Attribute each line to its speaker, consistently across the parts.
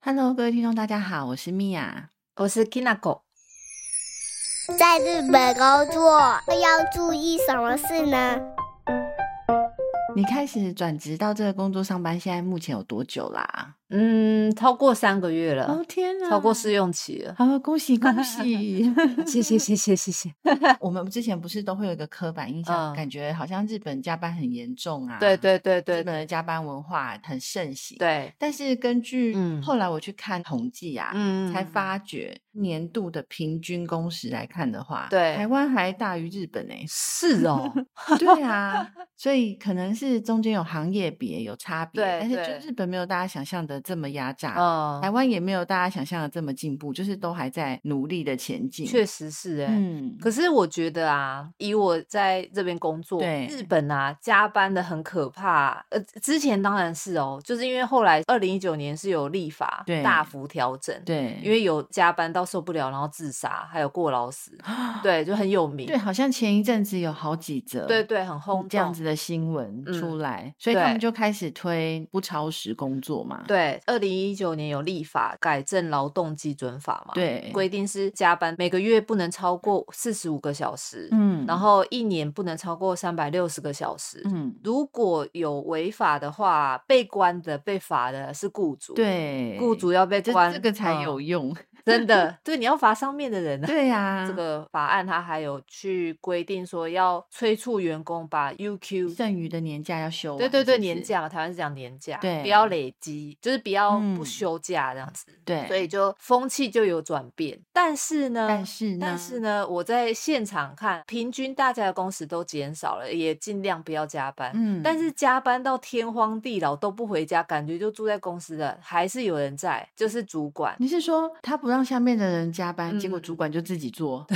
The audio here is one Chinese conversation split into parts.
Speaker 1: Hello，各位听众，大家好，我是米娅。
Speaker 2: 我是 Kinako。
Speaker 3: 在日本工作要注意什么事呢？
Speaker 1: 你开始转职到这个工作上班，现在目前有多久啦？
Speaker 2: 嗯，超过三个月了，
Speaker 1: 哦天啊，
Speaker 2: 超过试用期了。
Speaker 1: 好，恭喜恭喜！
Speaker 2: 谢谢谢谢谢谢。
Speaker 1: 我们之前不是都会有一个刻板印象，
Speaker 2: 嗯
Speaker 1: 感觉好像日本加班很严重啊。
Speaker 2: 对对对
Speaker 1: 日
Speaker 2: 对
Speaker 1: 本的加班文化很盛行。，
Speaker 2: 对，
Speaker 1: 但是根据
Speaker 2: 嗯
Speaker 1: 后来我去看统计啊，
Speaker 2: 嗯
Speaker 1: 才发觉年度的平均工时来看的话，
Speaker 2: 对
Speaker 1: 台湾还大于日本诶、
Speaker 2: 是哦，
Speaker 1: 对 啊，所以可能是中间有行业别有差别，
Speaker 2: 对
Speaker 1: 但是
Speaker 2: 对
Speaker 1: 就日本没有大家想象的这么压榨，台
Speaker 2: 嗯，
Speaker 1: 湾也没有大家想象的这么进步，就是都还在努力的前进。
Speaker 2: 确实是哎、
Speaker 1: 嗯，
Speaker 2: 可是我觉得啊，以我在这边工作，
Speaker 1: 对
Speaker 2: 日本啊，加班的很可怕。呃，之前当然是哦，就是因为后来二零一九年是有立法
Speaker 1: 对
Speaker 2: 大幅调整，
Speaker 1: 对，
Speaker 2: 因为有加班到受不了，然后自杀，还有过劳死，
Speaker 1: 对
Speaker 2: 对，就很有名。
Speaker 1: 啊对，好像前一阵子有好几则嗯
Speaker 2: 对对很轰动。
Speaker 1: 这样子的新闻出
Speaker 2: 嗯
Speaker 1: 来，所以他们
Speaker 2: 对
Speaker 1: 就开始推不超时工作嘛。
Speaker 2: 对，二零一九年有立法改正劳动基准法嘛，，
Speaker 1: 对，
Speaker 2: 规定是加班每个月不能超过四十五个小时，
Speaker 1: 嗯，
Speaker 2: 然后一年不能超过三百六十个小时。
Speaker 1: 嗯，
Speaker 2: 如果有违法的话，被关的、被罚的是雇主，，
Speaker 1: 对，
Speaker 2: 雇主要被
Speaker 1: 这
Speaker 2: 关，
Speaker 1: 这个才
Speaker 2: 嗯
Speaker 1: 有用。
Speaker 2: 真的，对，你要罚上面的人啊。
Speaker 1: 对呀，
Speaker 2: 这个法案它还有去规定说要催促员工把 UQ
Speaker 1: 剩余的年假要休完，
Speaker 2: 对对
Speaker 1: 是
Speaker 2: 对，
Speaker 1: 不
Speaker 2: 年
Speaker 1: 是
Speaker 2: 假嘛，台湾是讲年假，
Speaker 1: 对
Speaker 2: 不要累积，就是不要
Speaker 1: 嗯
Speaker 2: 不休假这样子，
Speaker 1: 对，
Speaker 2: 所以就风气就有转变。但是呢，
Speaker 1: 但是呢，
Speaker 2: 但是呢，我在现场看，平均大家的工时都减少了，也尽量不要加班。
Speaker 1: 嗯，
Speaker 2: 但是加班到天荒地老都不回家，感觉就住在公司的，还是有人在，就是主 管。
Speaker 1: 你是说他不让下面的人加班，结果
Speaker 2: 嗯
Speaker 1: 主管就自己做？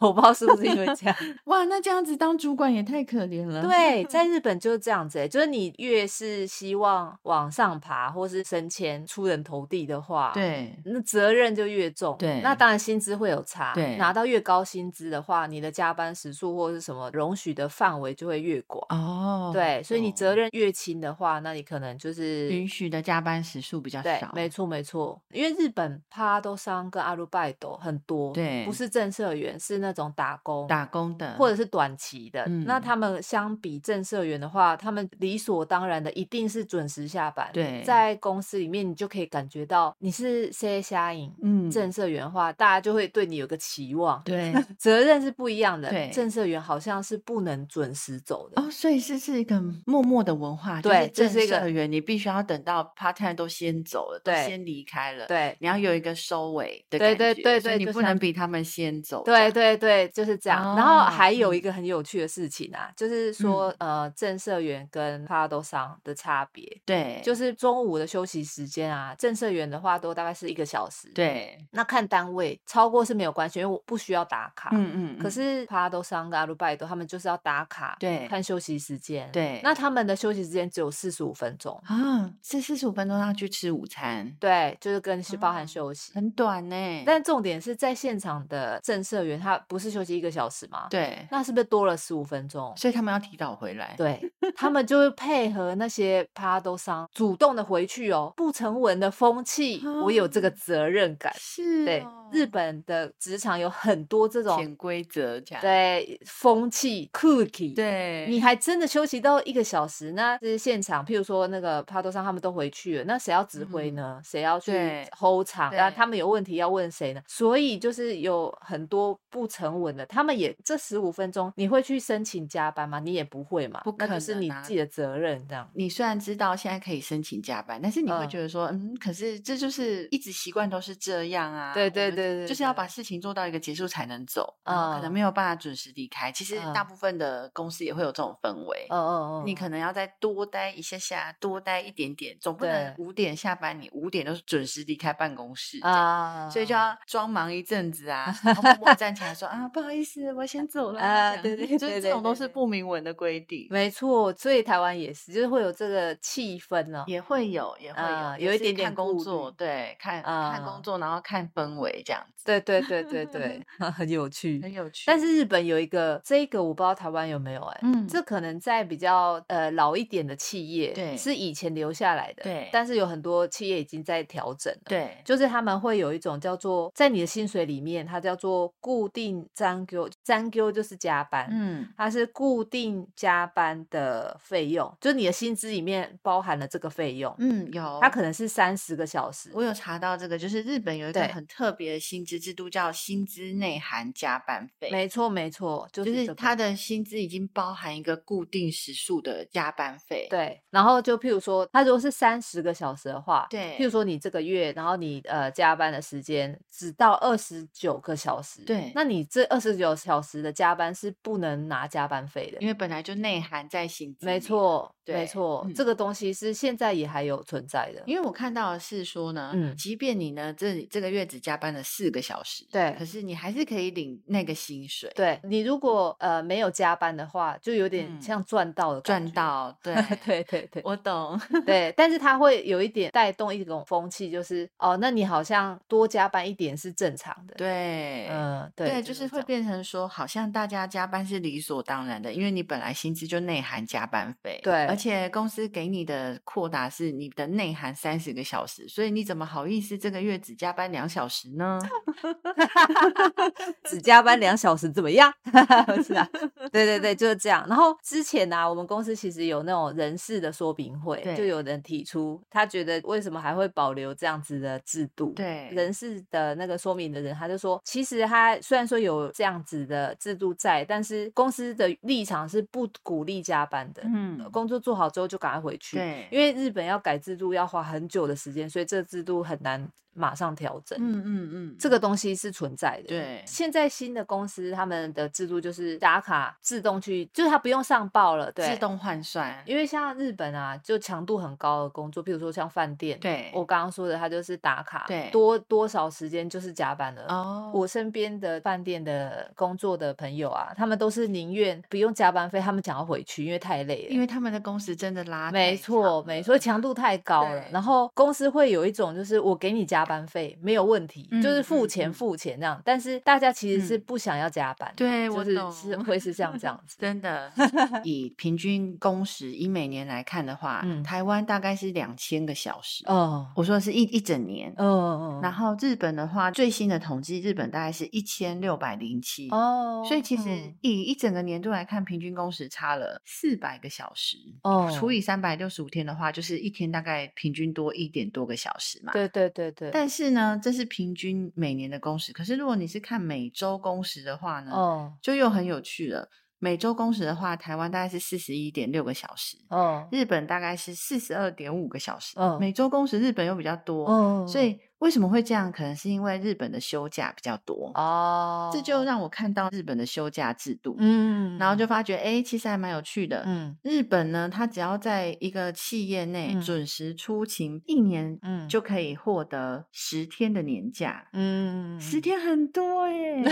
Speaker 2: 我不知道是不是因为 这样。
Speaker 1: 哇，那这样子当主管也太可怜了。，
Speaker 2: 对，在日本就是这样子、欸，就是你越是希望往上爬，或是升迁、出人头地的话，，
Speaker 1: 对，
Speaker 2: 那责任就越重，
Speaker 1: 对
Speaker 2: 那当然薪资会有差，
Speaker 1: 对
Speaker 2: 拿到越高薪资的话，你的加班时数或是什么容许的范围就会越广，
Speaker 1: 哦，
Speaker 2: 对，所以你
Speaker 1: 懂
Speaker 2: 责任越轻的话，那你可能就是
Speaker 1: 允许的加班时数比较
Speaker 2: 对
Speaker 1: 少，，
Speaker 2: 没错没错，因为日本帕多桑跟阿鲁拜斗很多，
Speaker 1: 对
Speaker 2: 不是正社员，是那种打工，
Speaker 1: 打工的
Speaker 2: 或者是短期的。那
Speaker 1: 嗯
Speaker 2: 他们相比正社员的话，他们理所当然的一定是准时下班。
Speaker 1: 对
Speaker 2: 在公司里面你就可以感觉到你是 C 下影。
Speaker 1: 嗯
Speaker 2: 正社员的话，大家就会对你有个期望，
Speaker 1: 对
Speaker 2: 责任是不一样的。
Speaker 1: 对
Speaker 2: 正社员好像是不能准时走的。
Speaker 1: 哦，所以这是一个默默的文化，就
Speaker 2: 对这
Speaker 1: 正
Speaker 2: 是一个
Speaker 1: 社员，你必须要等到 part time 都先走了，都
Speaker 2: 对
Speaker 1: 先离开了，，
Speaker 2: 对
Speaker 1: 你要有一个收尾的
Speaker 2: 对
Speaker 1: 感
Speaker 2: 对
Speaker 1: 觉
Speaker 2: 对
Speaker 1: 所以
Speaker 2: 对
Speaker 1: 你
Speaker 2: 就
Speaker 1: 不
Speaker 2: 像
Speaker 1: 能比他们先走，
Speaker 2: 对
Speaker 1: 这样，
Speaker 2: 对对，就是这样。然后
Speaker 1: 哦
Speaker 2: 还有
Speaker 1: 嗯
Speaker 2: 一个很有趣的事情啊，就是说、呃，正社员跟帕拉多桑的差别，
Speaker 1: 对，
Speaker 2: 就是是中午的休息时间啊，正社员的话都大概是一个小时。，
Speaker 1: 对，
Speaker 2: 那看单位超过是没有关系，因为我不需要打卡。
Speaker 1: 嗯嗯，
Speaker 2: 可
Speaker 1: 嗯
Speaker 2: 是帕拉多桑跟阿鲁拜多他们就是要打卡，
Speaker 1: 对
Speaker 2: 看休息时间。，
Speaker 1: 对，
Speaker 2: 那他们的休息时间只有四十五分钟，
Speaker 1: 啊，这四十五分钟要去吃午餐，
Speaker 2: 对，就是跟是包含
Speaker 1: 哦
Speaker 2: 休息。
Speaker 1: 很短呢。
Speaker 2: 但重点是在现场的正社员，他不是休息一个小时吗？
Speaker 1: 对，
Speaker 2: 那是不是多了十五分钟？
Speaker 1: 所以他们要提早回来。，
Speaker 2: 对他们就会配合那些趴都商，主动的回去哦，不成文的风气，我有这个责任感。
Speaker 1: 啊是、哦
Speaker 2: 对，日本的职场有很多这种
Speaker 1: 潜规则这样。
Speaker 2: 对风气 cookie。
Speaker 1: 对，
Speaker 2: 你还真的休息到一个小时，那是现场，譬如说那个帕多商他们都回去了，那谁要指挥呢？谁要
Speaker 1: 嗯
Speaker 2: 去
Speaker 1: 对
Speaker 2: hold 场？那
Speaker 1: 对
Speaker 2: 他们有问题要问谁呢？所以就是有很多不成文的，他们也这十五分钟，你会去申请加班吗？你也不会嘛，
Speaker 1: 不可
Speaker 2: 那就是
Speaker 1: 能
Speaker 2: 你
Speaker 1: 啊
Speaker 2: 自己的责任这样。
Speaker 1: 你虽然知道现在可以申请加班，但是你会
Speaker 2: 嗯
Speaker 1: 觉得说，嗯，可是这就是一直习惯都是这样啊。
Speaker 2: 对
Speaker 1: 我
Speaker 2: 对
Speaker 1: 们
Speaker 2: 对对
Speaker 1: 就是要
Speaker 2: 对
Speaker 1: 把事情做到一个结束才能走，然后可能没有办法准时离开。其实大
Speaker 2: 嗯
Speaker 1: 部分的公司也会有这种氛围。
Speaker 2: 哦哦哦，
Speaker 1: 你可能要再多待一下下，多待一点点，总不能
Speaker 2: 对
Speaker 1: 五点下班，你五点都准时离开办公室这样
Speaker 2: 啊，
Speaker 1: 所以就要装忙一阵子啊，然后默默站起来说啊，不好意思，我先走了
Speaker 2: 啊
Speaker 1: 这样
Speaker 2: 对对
Speaker 1: 就是
Speaker 2: 对对
Speaker 1: 这种都
Speaker 2: 对
Speaker 1: 是
Speaker 2: 对
Speaker 1: 不明文的规定，
Speaker 2: 没错，所以台湾也是，就是会有这个气氛呢、
Speaker 1: 也会有，也会有，
Speaker 2: 啊
Speaker 1: 也
Speaker 2: 有一
Speaker 1: 是
Speaker 2: 点
Speaker 1: 看
Speaker 2: 点
Speaker 1: 工
Speaker 2: 顾
Speaker 1: 作，
Speaker 2: 虑
Speaker 1: 对，看看
Speaker 2: 啊
Speaker 1: 工作，然后看氛围这样子，
Speaker 2: 对对对 对对， 很有趣。
Speaker 1: 很有趣。
Speaker 2: 但是日本有一个，这个我不知道台湾有没有哎、
Speaker 1: 嗯
Speaker 2: 这可能在比较呃老一点的企业，
Speaker 1: 对
Speaker 2: 是以前留下来的，
Speaker 1: 对
Speaker 2: 但是有很多企业已经在调整了，，
Speaker 1: 对
Speaker 2: 就是他们会有一种叫做在你的薪水里面，它叫做固定残休，残休就是加班，
Speaker 1: 嗯
Speaker 2: 它是固定加班的费用，就是你的薪资里面包含了这个费用，
Speaker 1: 嗯有，
Speaker 2: 它可能是三十个小时，
Speaker 1: 我有查到这个，就是日本有一个
Speaker 2: 对
Speaker 1: 很特别的薪资制度，叫薪资内涵加班费。
Speaker 2: 没错没错，就
Speaker 1: 就是是
Speaker 2: 这个
Speaker 1: 他的薪资已经包含一个固定时数的加班费。
Speaker 2: 对，然后就譬如说，他如果是三十个小时的话，
Speaker 1: 对
Speaker 2: 譬如说你这个月，然后你呃加班的时间只到二十九个小时，
Speaker 1: 对
Speaker 2: 那你这二十九小时的加班是不能拿加班费的
Speaker 1: 因。为本来就内涵在薪资。
Speaker 2: 没。错，
Speaker 1: 对
Speaker 2: 没错，
Speaker 1: 嗯
Speaker 2: 这个东西是现在也还有存在的。
Speaker 1: 因为我看到的是说呢，
Speaker 2: 嗯
Speaker 1: 即便你呢这这个月只加班了四个小时，
Speaker 2: 对
Speaker 1: 可是你还是可以领那个薪水，
Speaker 2: 对你如果呃没有加班的话，就有点
Speaker 1: 嗯
Speaker 2: 像赚到的感
Speaker 1: 赚
Speaker 2: 觉。
Speaker 1: 到。对
Speaker 2: 对对对，
Speaker 1: 我 懂。
Speaker 2: 对，但是它会有一点带动一种风气，就是哦，那你好像多加班一点是正常的。
Speaker 1: 对，
Speaker 2: 嗯，对，
Speaker 1: 对，就是
Speaker 2: 这
Speaker 1: 会
Speaker 2: 样
Speaker 1: 变成说，好像大家加班是理所当然的，因为你本来薪资就内含加班费，
Speaker 2: 对
Speaker 1: 而且公司给你的扩大是你的内涵三十个小时，所以你怎么好意思这个月只加班两小时呢？
Speaker 2: 只加
Speaker 1: 嗯
Speaker 2: 班两小时怎么样？ 不 是啊，对对对，就是这样。然后之前呢、啊，我们公司其实有那种人事的说明会，就
Speaker 1: 对
Speaker 2: 有人提出他觉得为什么还会保留这样子的制度？。
Speaker 1: 对，
Speaker 2: 人事的那个说明的人，他就说，其实他虽然说有这样子的制度在，但是公司的立场是不鼓励加班的。呃
Speaker 1: 嗯，
Speaker 2: 工作做好之后就赶快回去，
Speaker 1: 对，
Speaker 2: 因为日本要改制度要花很久的时间，所以这个制度很难马上调整。
Speaker 1: 嗯嗯嗯，
Speaker 2: 这个东西是存在的。
Speaker 1: 对
Speaker 2: 现在新的公司他们的制度就是打卡自动去，就是他不用上报了，对，
Speaker 1: 自。动换算，
Speaker 2: 因为像日本啊，就强度很高的工作，比如说像饭店，
Speaker 1: 对
Speaker 2: 我刚刚说的，他就是打卡，
Speaker 1: 对
Speaker 2: 多多少时间就是加班了。
Speaker 1: 哦，
Speaker 2: 我身边的饭店的工作的朋友啊，他们都是宁愿不用加班费，他们想要回去，因为太累了。
Speaker 1: 因为他们的工时真的拉
Speaker 2: 没
Speaker 1: 太
Speaker 2: 错，
Speaker 1: 长
Speaker 2: 没
Speaker 1: 了
Speaker 2: 错，强度太高了。
Speaker 1: 对
Speaker 2: 然后公司会有一种就是我给你加班费没有问题，就是
Speaker 1: 嗯
Speaker 2: 付
Speaker 1: 嗯
Speaker 2: 钱
Speaker 1: 嗯
Speaker 2: 付钱这样，但是大家其实是
Speaker 1: 嗯
Speaker 2: 不想要加班，
Speaker 1: 对
Speaker 2: 就
Speaker 1: 我
Speaker 2: 是
Speaker 1: 懂
Speaker 2: 是会是像这样 子。
Speaker 1: 真 的，以平均工时以每年来看的话，
Speaker 2: 嗯
Speaker 1: 台湾大概是两千个小时。
Speaker 2: 哦，
Speaker 1: 我说的是一一整年，
Speaker 2: 哦哦，
Speaker 1: 然后日本的话，最新的统计，日本大概是一千六百零七。
Speaker 2: 哦，
Speaker 1: 所以其实
Speaker 2: 嗯
Speaker 1: 以一整个年度来看，平均工时差了四百个小时，
Speaker 2: 哦
Speaker 1: 除以三百六十五天的话，就是一天大概平均多一点多个小时嘛。。
Speaker 2: 对对对对，
Speaker 1: 但是呢，这是平均每年的工时。可是如果你是看每周工时的话呢，
Speaker 2: 哦
Speaker 1: 就又很有趣了。每周工时的话，台湾大概是四十一点六个小时，
Speaker 2: 哦
Speaker 1: 日本大概是四十二点五个小时。
Speaker 2: 嗯
Speaker 1: 每周工时日本又比较多，
Speaker 2: 哦，
Speaker 1: 所以为什么会这样？可能是因为日本的休假比较多，
Speaker 2: 哦，
Speaker 1: 这就让我看到日本的休假制度，
Speaker 2: 嗯，
Speaker 1: 然后就发觉，哎，其实还蛮有趣的。
Speaker 2: 嗯
Speaker 1: 日本呢，它只要在一个企业内
Speaker 2: 嗯
Speaker 1: 准时出勤，一年
Speaker 2: 嗯
Speaker 1: 就可以获得十天的年假，
Speaker 2: 嗯
Speaker 1: 十天很多 耶。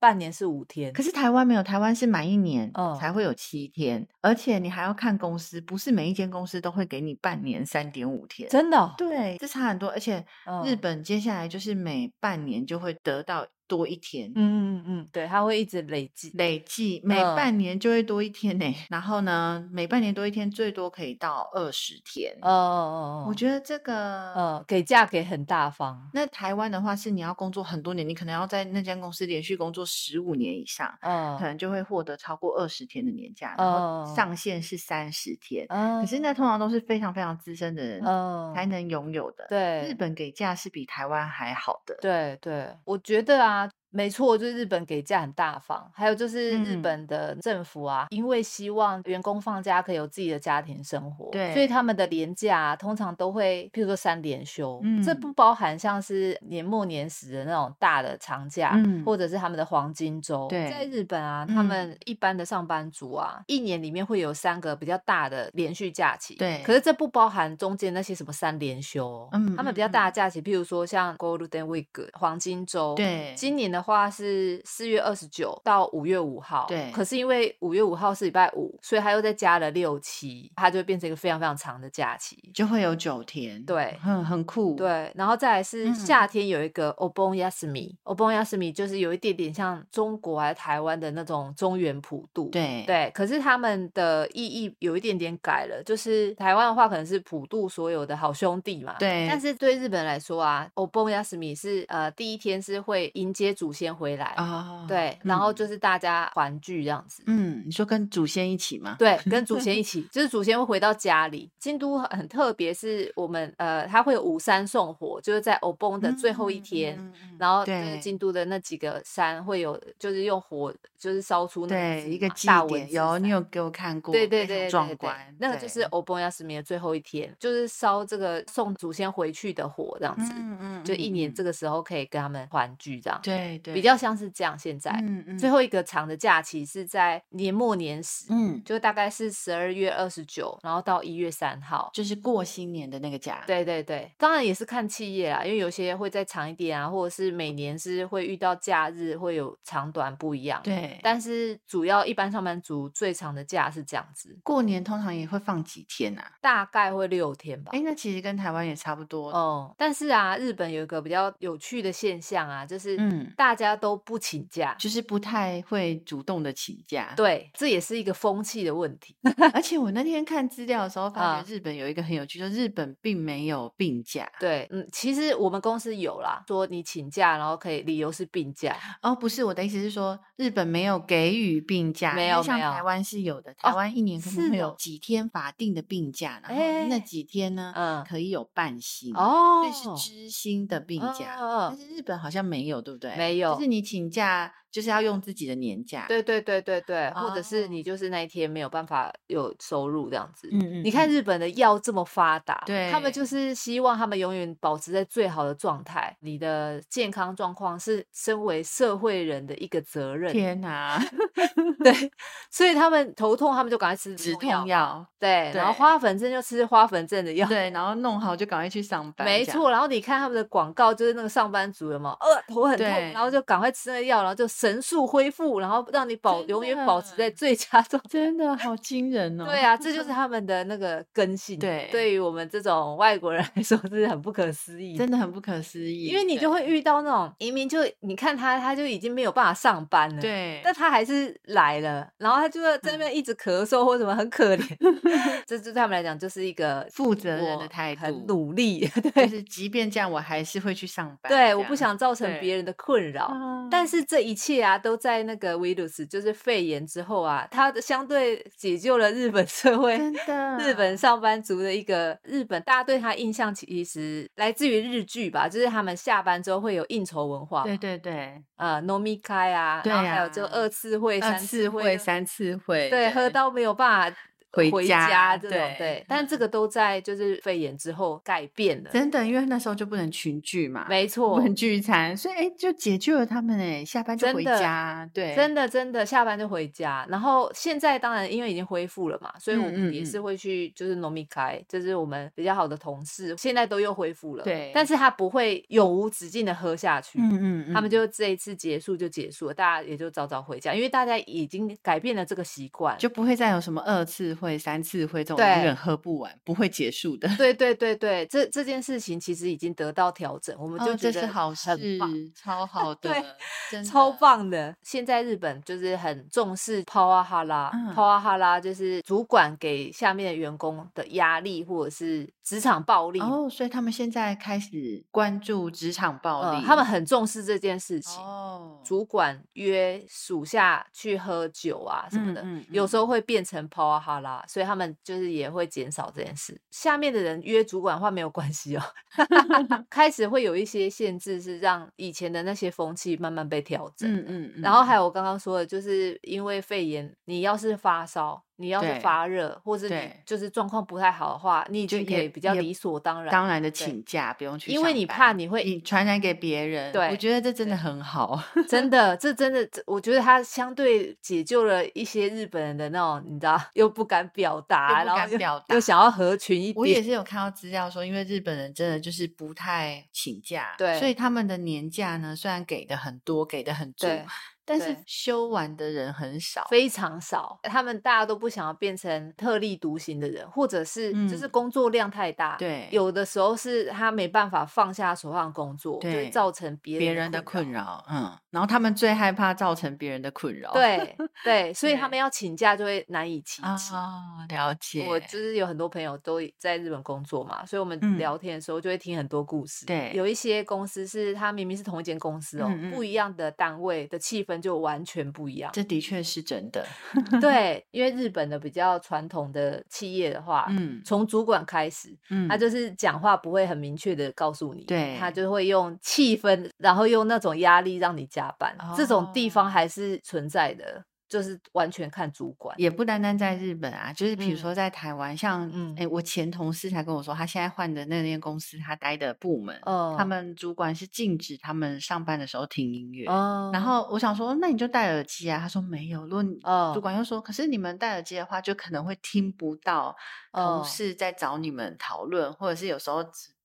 Speaker 2: 半年是五天，
Speaker 1: 可是台湾没有，台湾是满一年
Speaker 2: 哦
Speaker 1: 才会有七天，而且你还要看公司，不是每一间公司都会给你半年三点五天。
Speaker 2: 真的哦
Speaker 1: 对，这差很多，而且日
Speaker 2: 嗯
Speaker 1: 本接下来就是每半年就会得到多一天，
Speaker 2: 嗯嗯嗯，对，它会一直累积，
Speaker 1: 累计每
Speaker 2: 嗯
Speaker 1: 半年就会多一天呢、然后呢，每半年多一天，最多可以到二十天。
Speaker 2: 哦哦哦，
Speaker 1: 我觉得这个，
Speaker 2: 呃，给价给很大方，
Speaker 1: 那台湾的话是你要工作很多年，你可能要在那间公司连续工作十五年以上，可
Speaker 2: 嗯，
Speaker 1: 能就会获得超过二十天的年假，然后
Speaker 2: 哦
Speaker 1: 上限是三十天。
Speaker 2: 可
Speaker 1: 可是那，通常都是非常非常资深的人
Speaker 2: 嗯，
Speaker 1: 才能拥有的。
Speaker 2: 对，
Speaker 1: 日本给假是比台湾还好的。
Speaker 2: 对对，我觉得啊，没错，就是日本给价很大方，还有就是日
Speaker 1: 嗯
Speaker 2: 本的政府啊，因为希望员工放假可以有自己的家庭生活，所以
Speaker 1: 对
Speaker 2: 他们的年假、啊、通常都会，譬如说三连休，这
Speaker 1: 嗯
Speaker 2: 不包含像是年末年始的那种大的长假，
Speaker 1: 嗯
Speaker 2: 啊或者是他们的黄金周。
Speaker 1: 对
Speaker 2: 在日本啊，他
Speaker 1: 嗯
Speaker 2: 们一般的上班族啊，一年里面会有三个比较大的连续假期，
Speaker 1: 对
Speaker 2: 可是这不包含中间那些什么三连休哦，
Speaker 1: 嗯
Speaker 2: 他们
Speaker 1: 嗯
Speaker 2: 比较大的
Speaker 1: 嗯
Speaker 2: 假期，譬如说像 Golden Week 黄金周，
Speaker 1: 对
Speaker 2: 今年的的话是四月二十九到五月五号，
Speaker 1: 对
Speaker 2: 可是因为五月五号是礼拜五，所以他又再加了六七，它就会变成一个非常非常长的假期。
Speaker 1: 就会有九天，
Speaker 2: 对
Speaker 1: 很很酷，，
Speaker 2: 对，然后再来是
Speaker 1: 嗯
Speaker 2: 夏天有一个 Obon Yasumi，Obon Yasumi 就是有一点点像中国还是台湾的那种中原普渡，
Speaker 1: 对
Speaker 2: 对，可是他们的意义有一点点改了，就是台湾的话可能是普渡所有的好兄弟嘛，
Speaker 1: 对
Speaker 2: 但是对日本来说啊，Obon Yasumi 是呃第一天是会迎接祖先回来，
Speaker 1: 啊，
Speaker 2: 对，然后
Speaker 1: 嗯
Speaker 2: 就是大家团聚这样子，
Speaker 1: 嗯，你说跟祖先一起吗？
Speaker 2: 对，跟祖 先一起，就是祖先会回到家里。京都很特别，是我们呃，它会有五山送火，就是在欧蹦的最后一
Speaker 1: 嗯
Speaker 2: 天，，
Speaker 1: 嗯嗯嗯
Speaker 2: 然后就是
Speaker 1: 对
Speaker 2: 京都的那几个山会有，就是用火就是烧出那个
Speaker 1: 对
Speaker 2: 字
Speaker 1: 一个
Speaker 2: 嘛
Speaker 1: 祭
Speaker 2: 大文
Speaker 1: 典，
Speaker 2: 字
Speaker 1: 有
Speaker 2: 山
Speaker 1: 你有给我看过，
Speaker 2: 对
Speaker 1: 非
Speaker 2: 对
Speaker 1: 常
Speaker 2: 对对
Speaker 1: 壮
Speaker 2: 对
Speaker 1: 观，
Speaker 2: 那个就是
Speaker 1: 对
Speaker 2: 欧蹦亚斯米的最后一天，就是烧这个送祖先回去的火这样子，
Speaker 1: 嗯嗯，
Speaker 2: 就一年这
Speaker 1: 个，
Speaker 2: 个时候可以跟他们团聚这样，
Speaker 1: 对对，
Speaker 2: 比较像是这样。现在、
Speaker 1: 嗯嗯，
Speaker 2: 最后一个长的假期是在年末年始，
Speaker 1: 嗯，
Speaker 2: 就大概是十二月二十九，然后到一月三号。
Speaker 1: 就是过新年的那个假，
Speaker 2: 对对对，当然也是看企业啦，因为有些会再长一点啊，或者是每年是会遇到假日，会有长短不一样。，
Speaker 1: 对，
Speaker 2: 但是主要一般上班族最长的假是这样子，
Speaker 1: 过年通常也会放几天啊？
Speaker 2: 大概会六天吧
Speaker 1: 哎，。那其实跟台湾也差不多，
Speaker 2: 哦、但是啊，日本有一个比较有趣的现象啊，就是
Speaker 1: 嗯，
Speaker 2: 大家都不请假。
Speaker 1: 就是不太会主动的请假，
Speaker 2: 对，这也是一个风气的问题。
Speaker 1: 而且我那天看资料的时候，发
Speaker 2: 啊
Speaker 1: 觉日本有一个很有趣，就是日本并没有病假
Speaker 2: 对，嗯，其实我们公司有啦，说你请假，然后可以理由是病假。
Speaker 1: 哦，不是我的意思是说，日本没有给予病假，
Speaker 2: 没
Speaker 1: 因为
Speaker 2: 有
Speaker 1: 像
Speaker 2: 没
Speaker 1: 台
Speaker 2: 有
Speaker 1: 湾是有的，台
Speaker 2: 哦
Speaker 1: 湾一年可能
Speaker 2: 是
Speaker 1: 会有
Speaker 2: 哦
Speaker 1: 几天法定的病假，然后那
Speaker 2: 哎
Speaker 1: 几天呢、
Speaker 2: 嗯，
Speaker 1: 可以有半薪，
Speaker 2: 哦
Speaker 1: 所以是知薪的病假。
Speaker 2: 嗯嗯
Speaker 1: 但是日本好像没有，对不对？
Speaker 2: 没
Speaker 1: 就是
Speaker 2: 有
Speaker 1: 你请假就是要用自己的年假。，
Speaker 2: 对嗯对对对对，或者是
Speaker 1: 哦
Speaker 2: 你就是那一天没有办法有收入这样子。
Speaker 1: 嗯嗯，
Speaker 2: 你看
Speaker 1: 嗯
Speaker 2: 日本的药这么发达，他们
Speaker 1: 对
Speaker 2: 就是希望他们永远保持在最好的状态。你的健康状况是身为社会人的一个责任，
Speaker 1: 天哪，
Speaker 2: 对，所以他们头痛，他们就赶快吃
Speaker 1: 止痛
Speaker 2: 药，
Speaker 1: 药，
Speaker 2: 对，然后
Speaker 1: 对
Speaker 2: 花粉症就吃花粉症的药，
Speaker 1: 对，然后弄好就赶快去上班。
Speaker 2: 没
Speaker 1: 这样
Speaker 2: 错，，然后你看他们的广告，就是那个上班族有没有？呃，头很痛，
Speaker 1: 对
Speaker 2: 然后就赶快吃那个药，然后就神速恢复，然后让你保
Speaker 1: 真
Speaker 2: 永远保持在
Speaker 1: 的
Speaker 2: 最佳状 态。
Speaker 1: 真的好惊人哦。
Speaker 2: 对啊，这就是他们的那个根性。
Speaker 1: 对
Speaker 2: 对于我们这种外国人来说，是很不可思议的。
Speaker 1: 真的很不可思议，
Speaker 2: 因为你
Speaker 1: 对
Speaker 2: 就会遇到那种明明就你看他，他就已经没有办法上班了，，
Speaker 1: 对
Speaker 2: 但他还是来了，然后他就在那边一直咳嗽或什么，很可怜。 这对他们来讲就是一个
Speaker 1: 负责人
Speaker 2: 我
Speaker 1: 的态
Speaker 2: 很
Speaker 1: 度。
Speaker 2: 努力，
Speaker 1: 就
Speaker 2: 对
Speaker 1: 是即便这样，我还是会去上班。
Speaker 2: 对，
Speaker 1: 这
Speaker 2: 我不
Speaker 1: 样
Speaker 2: 想造成
Speaker 1: 对嗯
Speaker 2: 别人的困扰。但是这一切啊，都在那个 virus，就是肺炎之后啊，它的相对解救了日本社会、
Speaker 1: 真的
Speaker 2: 日本上班族的一个日本，大家对他印象其实来自于日剧吧，就是他们下班之后会有应酬文化嘛，
Speaker 1: 对对对，
Speaker 2: 呃，no m i k a 啊，然后还有就
Speaker 1: 对啊
Speaker 2: 二次会、
Speaker 1: 二
Speaker 2: 三
Speaker 1: 次
Speaker 2: 会
Speaker 1: 会、
Speaker 2: 就，
Speaker 1: 三次会，
Speaker 2: 对，喝到没有办法。
Speaker 1: 回
Speaker 2: 家
Speaker 1: 家
Speaker 2: 这种
Speaker 1: 对
Speaker 2: 对，但这个都在就是肺炎之后改变了，
Speaker 1: 真的，因为那时候就不能群聚嘛，
Speaker 2: 没
Speaker 1: 不
Speaker 2: 错，
Speaker 1: 能聚餐，所以哎，就解救了他们哎，下班就
Speaker 2: 真
Speaker 1: 回
Speaker 2: 的
Speaker 1: 家，对，
Speaker 2: 真的真的下班就回家，然后现在当然因为已经恢复了嘛，所以我
Speaker 1: 嗯嗯
Speaker 2: 们也
Speaker 1: 嗯
Speaker 2: 是会去就是农米开，就是我们比较好的同事，现在都又恢复了，
Speaker 1: 对
Speaker 2: 但是他不会永无止境的喝下去。
Speaker 1: 嗯嗯，
Speaker 2: 他们
Speaker 1: 嗯
Speaker 2: 就这一次结束就结束了，大家也就早早回家，因为大家已经改变了这个习惯。
Speaker 1: 就不会再有什么二次会、三次会这种
Speaker 2: 对
Speaker 1: 永远喝不完、不会结束的。
Speaker 2: 对对对对，这这件事情其实已经得到调整，我们就
Speaker 1: 哦这
Speaker 2: 觉
Speaker 1: 是
Speaker 2: 得
Speaker 1: 好
Speaker 2: 很
Speaker 1: 事
Speaker 2: 棒。，
Speaker 1: 超好的
Speaker 2: 对，
Speaker 1: 真
Speaker 2: 超
Speaker 1: 的。
Speaker 2: 棒的！现在日本就是很重视 power 哈拉
Speaker 1: 嗯
Speaker 2: ，power 哈拉就是主管给下面的员工的压力或者是职场暴力，
Speaker 1: 哦，所以他们现在开始关注职场暴
Speaker 2: 呃
Speaker 1: 力，，
Speaker 2: 他们很重视这件事情。
Speaker 1: 哦，
Speaker 2: 主管约属下去喝酒啊什么的，
Speaker 1: 嗯嗯
Speaker 2: 有时
Speaker 1: 嗯
Speaker 2: 候会变成 power 哈拉，所以他们就是也会减少这件事。下面的人约主管的话没有关 系哦，开始会有一些限制，是让以前的那些风气慢慢被调整。
Speaker 1: 嗯嗯，
Speaker 2: 然后还
Speaker 1: 有
Speaker 2: 有我刚刚说的，就是因为肺炎，你要是发烧，你要是
Speaker 1: 对
Speaker 2: 发热，或是你
Speaker 1: 对
Speaker 2: 就是状况不太好的话，你已
Speaker 1: 就
Speaker 2: 经可
Speaker 1: 也
Speaker 2: 以比较
Speaker 1: 也
Speaker 2: 理所当然。
Speaker 1: 当然的
Speaker 2: 对
Speaker 1: 请假，不用去上
Speaker 2: 因
Speaker 1: 班，
Speaker 2: 为你怕你会
Speaker 1: 你传染给别人。我
Speaker 2: 对
Speaker 1: 觉得这真的
Speaker 2: 对
Speaker 1: 很好。
Speaker 2: 真的，这真的，这我觉得他相对解救了一些日本人的那种，你知道， 又不敢表达，
Speaker 1: 又不
Speaker 2: 然
Speaker 1: 敢
Speaker 2: 后又
Speaker 1: 表达
Speaker 2: 又想要合群一
Speaker 1: 我也
Speaker 2: 点，
Speaker 1: 是有看到资料说，因为日本人真的就是不太请假，
Speaker 2: 对
Speaker 1: 所以他们的年假呢，虽然给的很多，给的很足，
Speaker 2: 对，
Speaker 1: 但是
Speaker 2: 对
Speaker 1: 休完的人很少。
Speaker 2: 非常少。他们大家都不想要变成特立独行的人，或者是就是
Speaker 1: 嗯
Speaker 2: 工作量太大，
Speaker 1: 对
Speaker 2: 有的时候是他没办法放下手上的工作，就
Speaker 1: 对
Speaker 2: 会造成别
Speaker 1: 别人
Speaker 2: 人
Speaker 1: 的困
Speaker 2: 扰。
Speaker 1: 扰，嗯，然后他们最害怕造成别人的困扰，
Speaker 2: 对对，所以他
Speaker 1: 哦对
Speaker 2: 们要请假就会难以启
Speaker 1: 啊
Speaker 2: 齿。，
Speaker 1: 了解，
Speaker 2: 我就是有很多朋友都在日本工作嘛，所以我们
Speaker 1: 嗯
Speaker 2: 聊天的时候就会听很多故事。
Speaker 1: 对
Speaker 2: 有一些公司是它明明是同一间公司哦，
Speaker 1: 嗯嗯
Speaker 2: 不一样的单位的气氛就完全不一样。
Speaker 1: 这的确是真的，
Speaker 2: 对，因为日本的比较传统的企业的话，
Speaker 1: 嗯
Speaker 2: 从主管开始，
Speaker 1: 嗯，
Speaker 2: 啊他就是讲话不会很明确的告诉你，
Speaker 1: 对
Speaker 2: 他就会用气氛，然后用那种压力让你加班，这种地方
Speaker 1: 哦
Speaker 2: 还是存在的，就是完全看主管。
Speaker 1: 也不单单在日本啊，就是比如
Speaker 2: 嗯
Speaker 1: 说在台湾，像
Speaker 2: 嗯
Speaker 1: 哎、我前同事才跟我说，他现在换的那间公司，他待的部门，
Speaker 2: 哦
Speaker 1: 他们主管是禁止他们上班的时候听音乐。
Speaker 2: 哦
Speaker 1: 然后我想说，那你就戴耳机啊。他说没有。如果你
Speaker 2: 哦
Speaker 1: 主管又说，可是你们戴耳机的话，就可能会听不到同
Speaker 2: 哦
Speaker 1: 事在找你们讨论，或者是有时候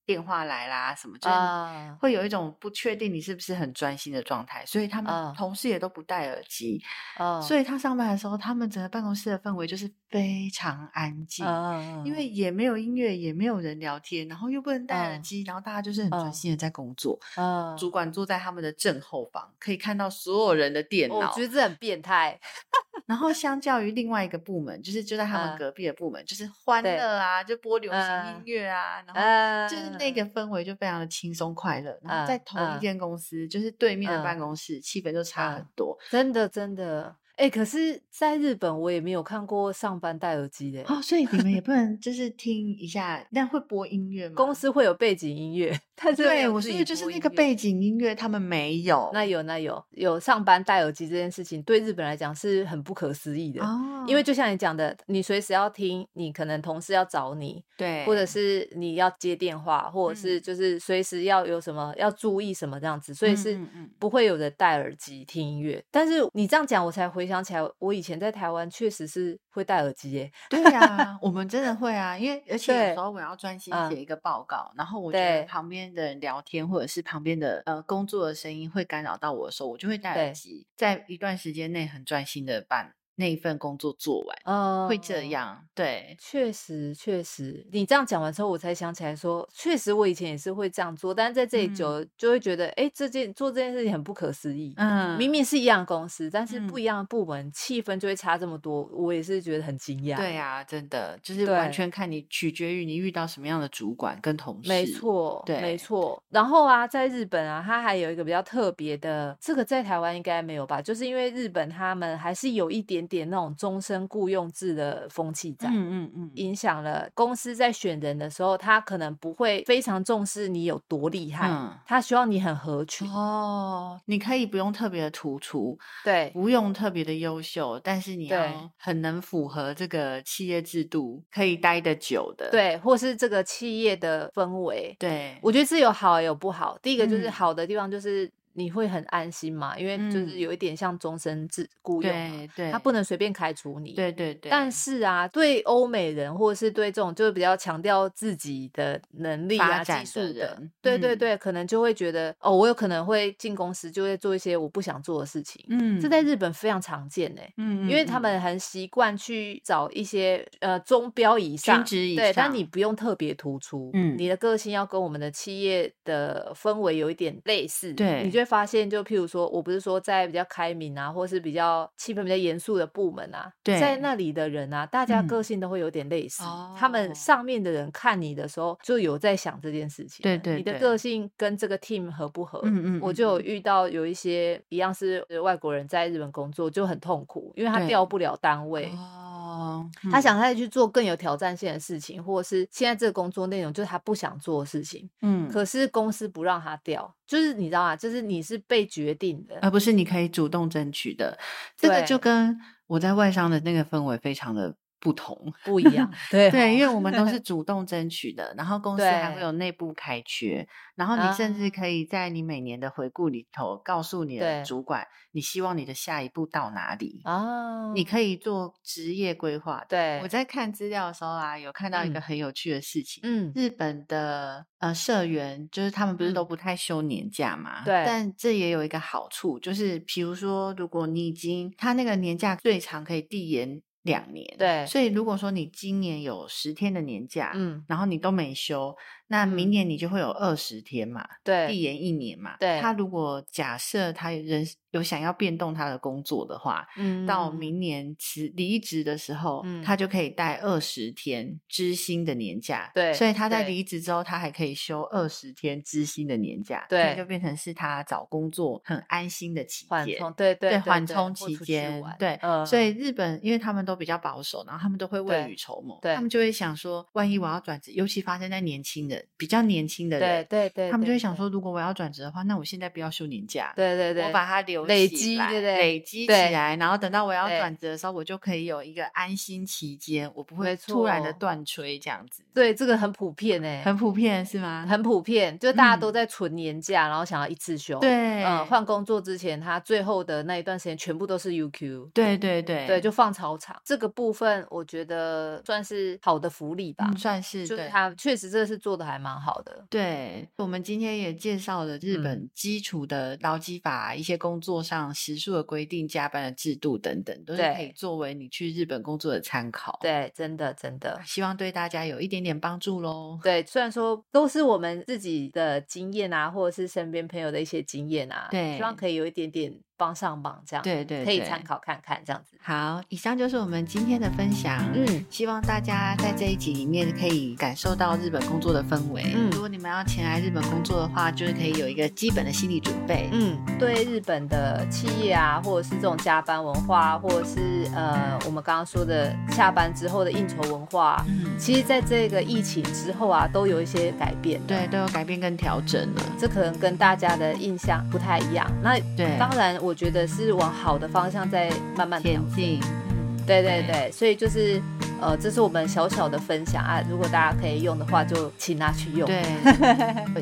Speaker 1: 电话来啦什么，就是
Speaker 2: 啊，
Speaker 1: 会有一种不确定你是不是很专心的状态，所以他们
Speaker 2: 哦
Speaker 1: 同事也都不戴耳机。
Speaker 2: 哦
Speaker 1: 所以他上班的时候，他们整个办公室的氛围就是非常安静，
Speaker 2: 嗯
Speaker 1: 因为也没有音乐，也没有人聊天，然后又不能戴耳
Speaker 2: 嗯
Speaker 1: 机，然后大家就是很专
Speaker 2: 嗯
Speaker 1: 心的在工作。
Speaker 2: 嗯
Speaker 1: 主管坐在他们的正后方，可以看到所有人的电
Speaker 2: 我
Speaker 1: 脑
Speaker 2: 觉。得这哦很变态，
Speaker 1: 然后相较于另外一个部门，就是就在他们
Speaker 2: 嗯
Speaker 1: 隔壁的部门，就是欢
Speaker 2: 对
Speaker 1: 乐啊，就播流行音
Speaker 2: 嗯
Speaker 1: 乐啊，然后
Speaker 2: 呃，
Speaker 1: 就是那个氛围就非常的轻松快乐。然后在
Speaker 2: 嗯
Speaker 1: 同一
Speaker 2: 嗯
Speaker 1: 间公司，就是对面的
Speaker 2: 嗯
Speaker 1: 办公室，气氛就差很
Speaker 2: 嗯
Speaker 1: 多。
Speaker 2: 真的真的，哎、可是在日本我也没有看过上班戴耳机的、
Speaker 1: 哦，所以你们也不能就是听一下，但会播音乐吗？
Speaker 2: 公司会有背景音乐，但是没
Speaker 1: 对
Speaker 2: 有
Speaker 1: 我
Speaker 2: 自
Speaker 1: 说
Speaker 2: 己
Speaker 1: 的就是
Speaker 2: 播
Speaker 1: 那
Speaker 2: 音
Speaker 1: 个
Speaker 2: 乐
Speaker 1: 背景音乐，他们没有。
Speaker 2: 那有那有有上班戴耳机这件事情，对日本来讲是很不可思议的。
Speaker 1: 哦，
Speaker 2: 因为就像你讲的，你随时要听，你可能同事要找你，
Speaker 1: 对，
Speaker 2: 或者是你要接电话，或者是
Speaker 1: 嗯
Speaker 2: 就是随时要有什么要注意什么这样子，所以
Speaker 1: 嗯
Speaker 2: 是
Speaker 1: 嗯嗯
Speaker 2: 不会有人戴耳机听音乐。但是你这样讲，我才回想起来，我以前在台湾确实是会戴耳机耶。
Speaker 1: 对呀，我们真的会啊，因为而且有
Speaker 2: 对
Speaker 1: 时候我要专心
Speaker 2: 嗯
Speaker 1: 写一个报告，然后我觉得
Speaker 2: 对
Speaker 1: 旁边的人聊天或者是旁边的呃工作的声音会干扰到我的时候，我就会戴耳
Speaker 2: 对
Speaker 1: 机，在一段时间内很专心的把那一份工作做完，
Speaker 2: 嗯，
Speaker 1: 会这。样。对，
Speaker 2: 确实，确实，你这样讲完之后，我才想起来说，确实我以前也是会这样做，但是在这里久了，就会觉得，哎、这件做这件事情很不可思议。
Speaker 1: 嗯，
Speaker 2: 明明是一样的公司，但是不
Speaker 1: 嗯
Speaker 2: 一样的部门，气氛就会差这么多，我也是觉得很惊讶。
Speaker 1: 对啊，真的就是完
Speaker 2: 对
Speaker 1: 全看你取决于你遇到什么样的主管跟同事。
Speaker 2: 没，错，
Speaker 1: 对
Speaker 2: 没错。然后啊，在日本啊，它还有一个比较特别的，这个在台湾应该没有吧？就是因为日本他们还是有一点点那种终身雇佣制的风气在。
Speaker 1: 嗯嗯嗯，
Speaker 2: 影响了公司在选人的时候，他可能不会非常重视你有多厉害，
Speaker 1: 嗯
Speaker 2: 他希望你很合群。
Speaker 1: 哦，你可以不用特别的突出，
Speaker 2: 对，
Speaker 1: 不用特别的优秀，但是你
Speaker 2: 对
Speaker 1: 要很能符合这个企业制度，可以待得久的。
Speaker 2: 对，或是这个企业的氛围，
Speaker 1: 对，
Speaker 2: 我觉得是有好也有不好。第一个就是
Speaker 1: 嗯
Speaker 2: 好的地方就是你会很安心嘛，因为就是
Speaker 1: 嗯
Speaker 2: 有一点像终身制雇佣嘛，
Speaker 1: 对对，
Speaker 2: 他不能随便开除你。
Speaker 1: 对对对，
Speaker 2: 但是啊，对欧美人或者是对这种就是比较强调自己的能力
Speaker 1: 发
Speaker 2: 啊、
Speaker 1: 展
Speaker 2: 技术
Speaker 1: 的
Speaker 2: 的
Speaker 1: 人，
Speaker 2: 对对
Speaker 1: 嗯
Speaker 2: 对，可能就会觉得哦，我有可能会进公司就会做一些我不想做的事情，
Speaker 1: 嗯，
Speaker 2: 这在日本非常常见呢、欸
Speaker 1: 嗯，嗯，
Speaker 2: 因为他
Speaker 1: 嗯
Speaker 2: 们很习惯去找一些呃中标以上，
Speaker 1: 职以
Speaker 2: 对，但
Speaker 1: 上
Speaker 2: 你不用特别突出，
Speaker 1: 嗯
Speaker 2: 你的个性要跟我们的企业的氛围有一点类似，
Speaker 1: 对
Speaker 2: 你就会发现，就譬如说我不是说在比较开明啊，或是比较气氛比较严肃的部门啊，
Speaker 1: 对
Speaker 2: 在那里的人啊，大家
Speaker 1: 嗯哦
Speaker 2: 个性都会有点类似，他们上面的人看你的时候就有在想这件事情
Speaker 1: 对
Speaker 2: 了，
Speaker 1: 对
Speaker 2: 你
Speaker 1: 对
Speaker 2: 的个性跟这个 team 合不合，
Speaker 1: 嗯嗯
Speaker 2: 我
Speaker 1: 嗯
Speaker 2: 就有
Speaker 1: 嗯
Speaker 2: 遇到有一些一样是外国人在日本工作就很痛苦，因为他
Speaker 1: 对
Speaker 2: 调不了单位，
Speaker 1: 哦，
Speaker 2: 他
Speaker 1: 嗯
Speaker 2: 想再去做更有挑战性的事情，或者是现在这个工作内容就是他不想做的事情，
Speaker 1: 嗯，
Speaker 2: 可是公司不让他调，就是你知道吗？就是你是被决定的，
Speaker 1: 而不是你可以主动争取的。这个就
Speaker 2: 对
Speaker 1: 跟我在外商的那个氛围非常的不同。
Speaker 2: 不一样， 对哦
Speaker 1: 对，因
Speaker 2: 为
Speaker 1: 为我们都是主动争取的，然后公司还会有内部开缺，然后你甚至可以在你每年的回顾里头告诉你的
Speaker 2: 啊对
Speaker 1: 主管，你希望你的下一步到哪里，
Speaker 2: 啊，
Speaker 1: 哦你可以做职业规划。
Speaker 2: 对，
Speaker 1: 我在看资料的时候啊，有看到一个
Speaker 2: 嗯
Speaker 1: 很有趣的事情，
Speaker 2: 嗯
Speaker 1: 日本的呃社员，就是他们不是都
Speaker 2: 嗯
Speaker 1: 不太休年假嘛？
Speaker 2: 对
Speaker 1: 但这也有一个好处，就是比如说，如果你已经他那个年假最长可以递延两年，
Speaker 2: 对
Speaker 1: 所以如果说你今年有十天的年假，
Speaker 2: 嗯，
Speaker 1: 然后你都没休，那明
Speaker 2: 嗯
Speaker 1: 年你就会有二十天嘛，递
Speaker 2: 对，
Speaker 1: 延一年嘛。
Speaker 2: 对
Speaker 1: 他如果假设他人有想要变动他的工作的话，
Speaker 2: 嗯
Speaker 1: 到明年辞离职的时候，
Speaker 2: 嗯
Speaker 1: 他就可以带二十天知薪的年假。
Speaker 2: 对
Speaker 1: 所以他在
Speaker 2: 对
Speaker 1: 离职之后，他还可以休二十天知薪的年假。所以
Speaker 2: 对
Speaker 1: 就变成是他找工作很安心的期
Speaker 2: 缓
Speaker 1: 间。
Speaker 2: 冲，对对
Speaker 1: 对缓冲
Speaker 2: 或
Speaker 1: 期
Speaker 2: 出去
Speaker 1: 间
Speaker 2: 玩，
Speaker 1: 对，
Speaker 2: 嗯
Speaker 1: 所以日本因为他们都比较保守，然后他们都会未
Speaker 2: 对
Speaker 1: 雨绸缪，
Speaker 2: 对
Speaker 1: 他们就会想说，万一我要转职，尤其发生在年轻人，比较年轻的
Speaker 2: 对
Speaker 1: 人，
Speaker 2: 对对，
Speaker 1: 他们就
Speaker 2: 对
Speaker 1: 会想，说，如果我要转职的话，那我现在不要休年假，
Speaker 2: 对对对，
Speaker 1: 我把它留
Speaker 2: 累
Speaker 1: 起
Speaker 2: 积
Speaker 1: 来
Speaker 2: 对不对
Speaker 1: 累积起
Speaker 2: 对
Speaker 1: 来，然后等到我要
Speaker 2: 对
Speaker 1: 转职的时候，我就可以有一个安心期间，我不会
Speaker 2: 没
Speaker 1: 突然的
Speaker 2: 错
Speaker 1: 断吹这样子。，
Speaker 2: 对这个很普遍哎，
Speaker 1: 很普遍是吗？
Speaker 2: 很普遍，就大家都
Speaker 1: 嗯
Speaker 2: 在存年假，然后想要一次休，，
Speaker 1: 对，
Speaker 2: 嗯，换工作之前，他最后的那一段时间全部都是 UQ，
Speaker 1: 对对对嗯
Speaker 2: 对，就放草场这个部分，我觉得算是好的福利吧
Speaker 1: 嗯，算是
Speaker 2: 就
Speaker 1: 对哦
Speaker 2: 是他确实这是做的还蛮好的，
Speaker 1: 对，我们今天也介绍了日
Speaker 2: 嗯
Speaker 1: 本基础的劳基法、一些工作上时数的规定、加班的制度等等，都是可以
Speaker 2: 对
Speaker 1: 作为你去日本工作的参考。，
Speaker 2: 对，真的真的。
Speaker 1: 希望对大家有一点点帮助喽。
Speaker 2: 对，虽然说都是我们自己的经验啊，或者是身边朋友的一些经验啊，希望
Speaker 1: 对
Speaker 2: 可以有一点点帮上忙，这样
Speaker 1: 对对
Speaker 2: 可以参
Speaker 1: 对
Speaker 2: 考看看这样子。
Speaker 1: 好，以上就是我们今天的分享。
Speaker 2: 嗯，
Speaker 1: 希望大家在这一集里面可以感受到日本工作的氛围。
Speaker 2: 嗯
Speaker 1: 如果你们要前来日本工作的话，就是可以有一个基本的心理准备。
Speaker 2: 嗯，对日本的企业啊，或者是这种加班文化，或者是呃我们刚刚说的下班之后的应酬文化，
Speaker 1: 嗯，
Speaker 2: 其实在这个疫情之后啊，都有一些改变。
Speaker 1: 对，都有改变跟调整了。
Speaker 2: 这可能跟大家的印象不太一样。那
Speaker 1: 对，
Speaker 2: 当然，我觉得是往好的方向在慢慢调
Speaker 1: 前进。嗯，
Speaker 2: 对对对，所以就是呃，这是我们小小的分享啊，如果大家可以用的话，就请拿去用。，
Speaker 1: 对。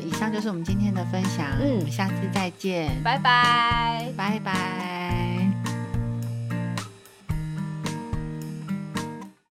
Speaker 1: 以上就是我们今天的分享，
Speaker 2: 嗯
Speaker 1: 我们下次再见，
Speaker 2: 拜拜。
Speaker 1: 拜拜。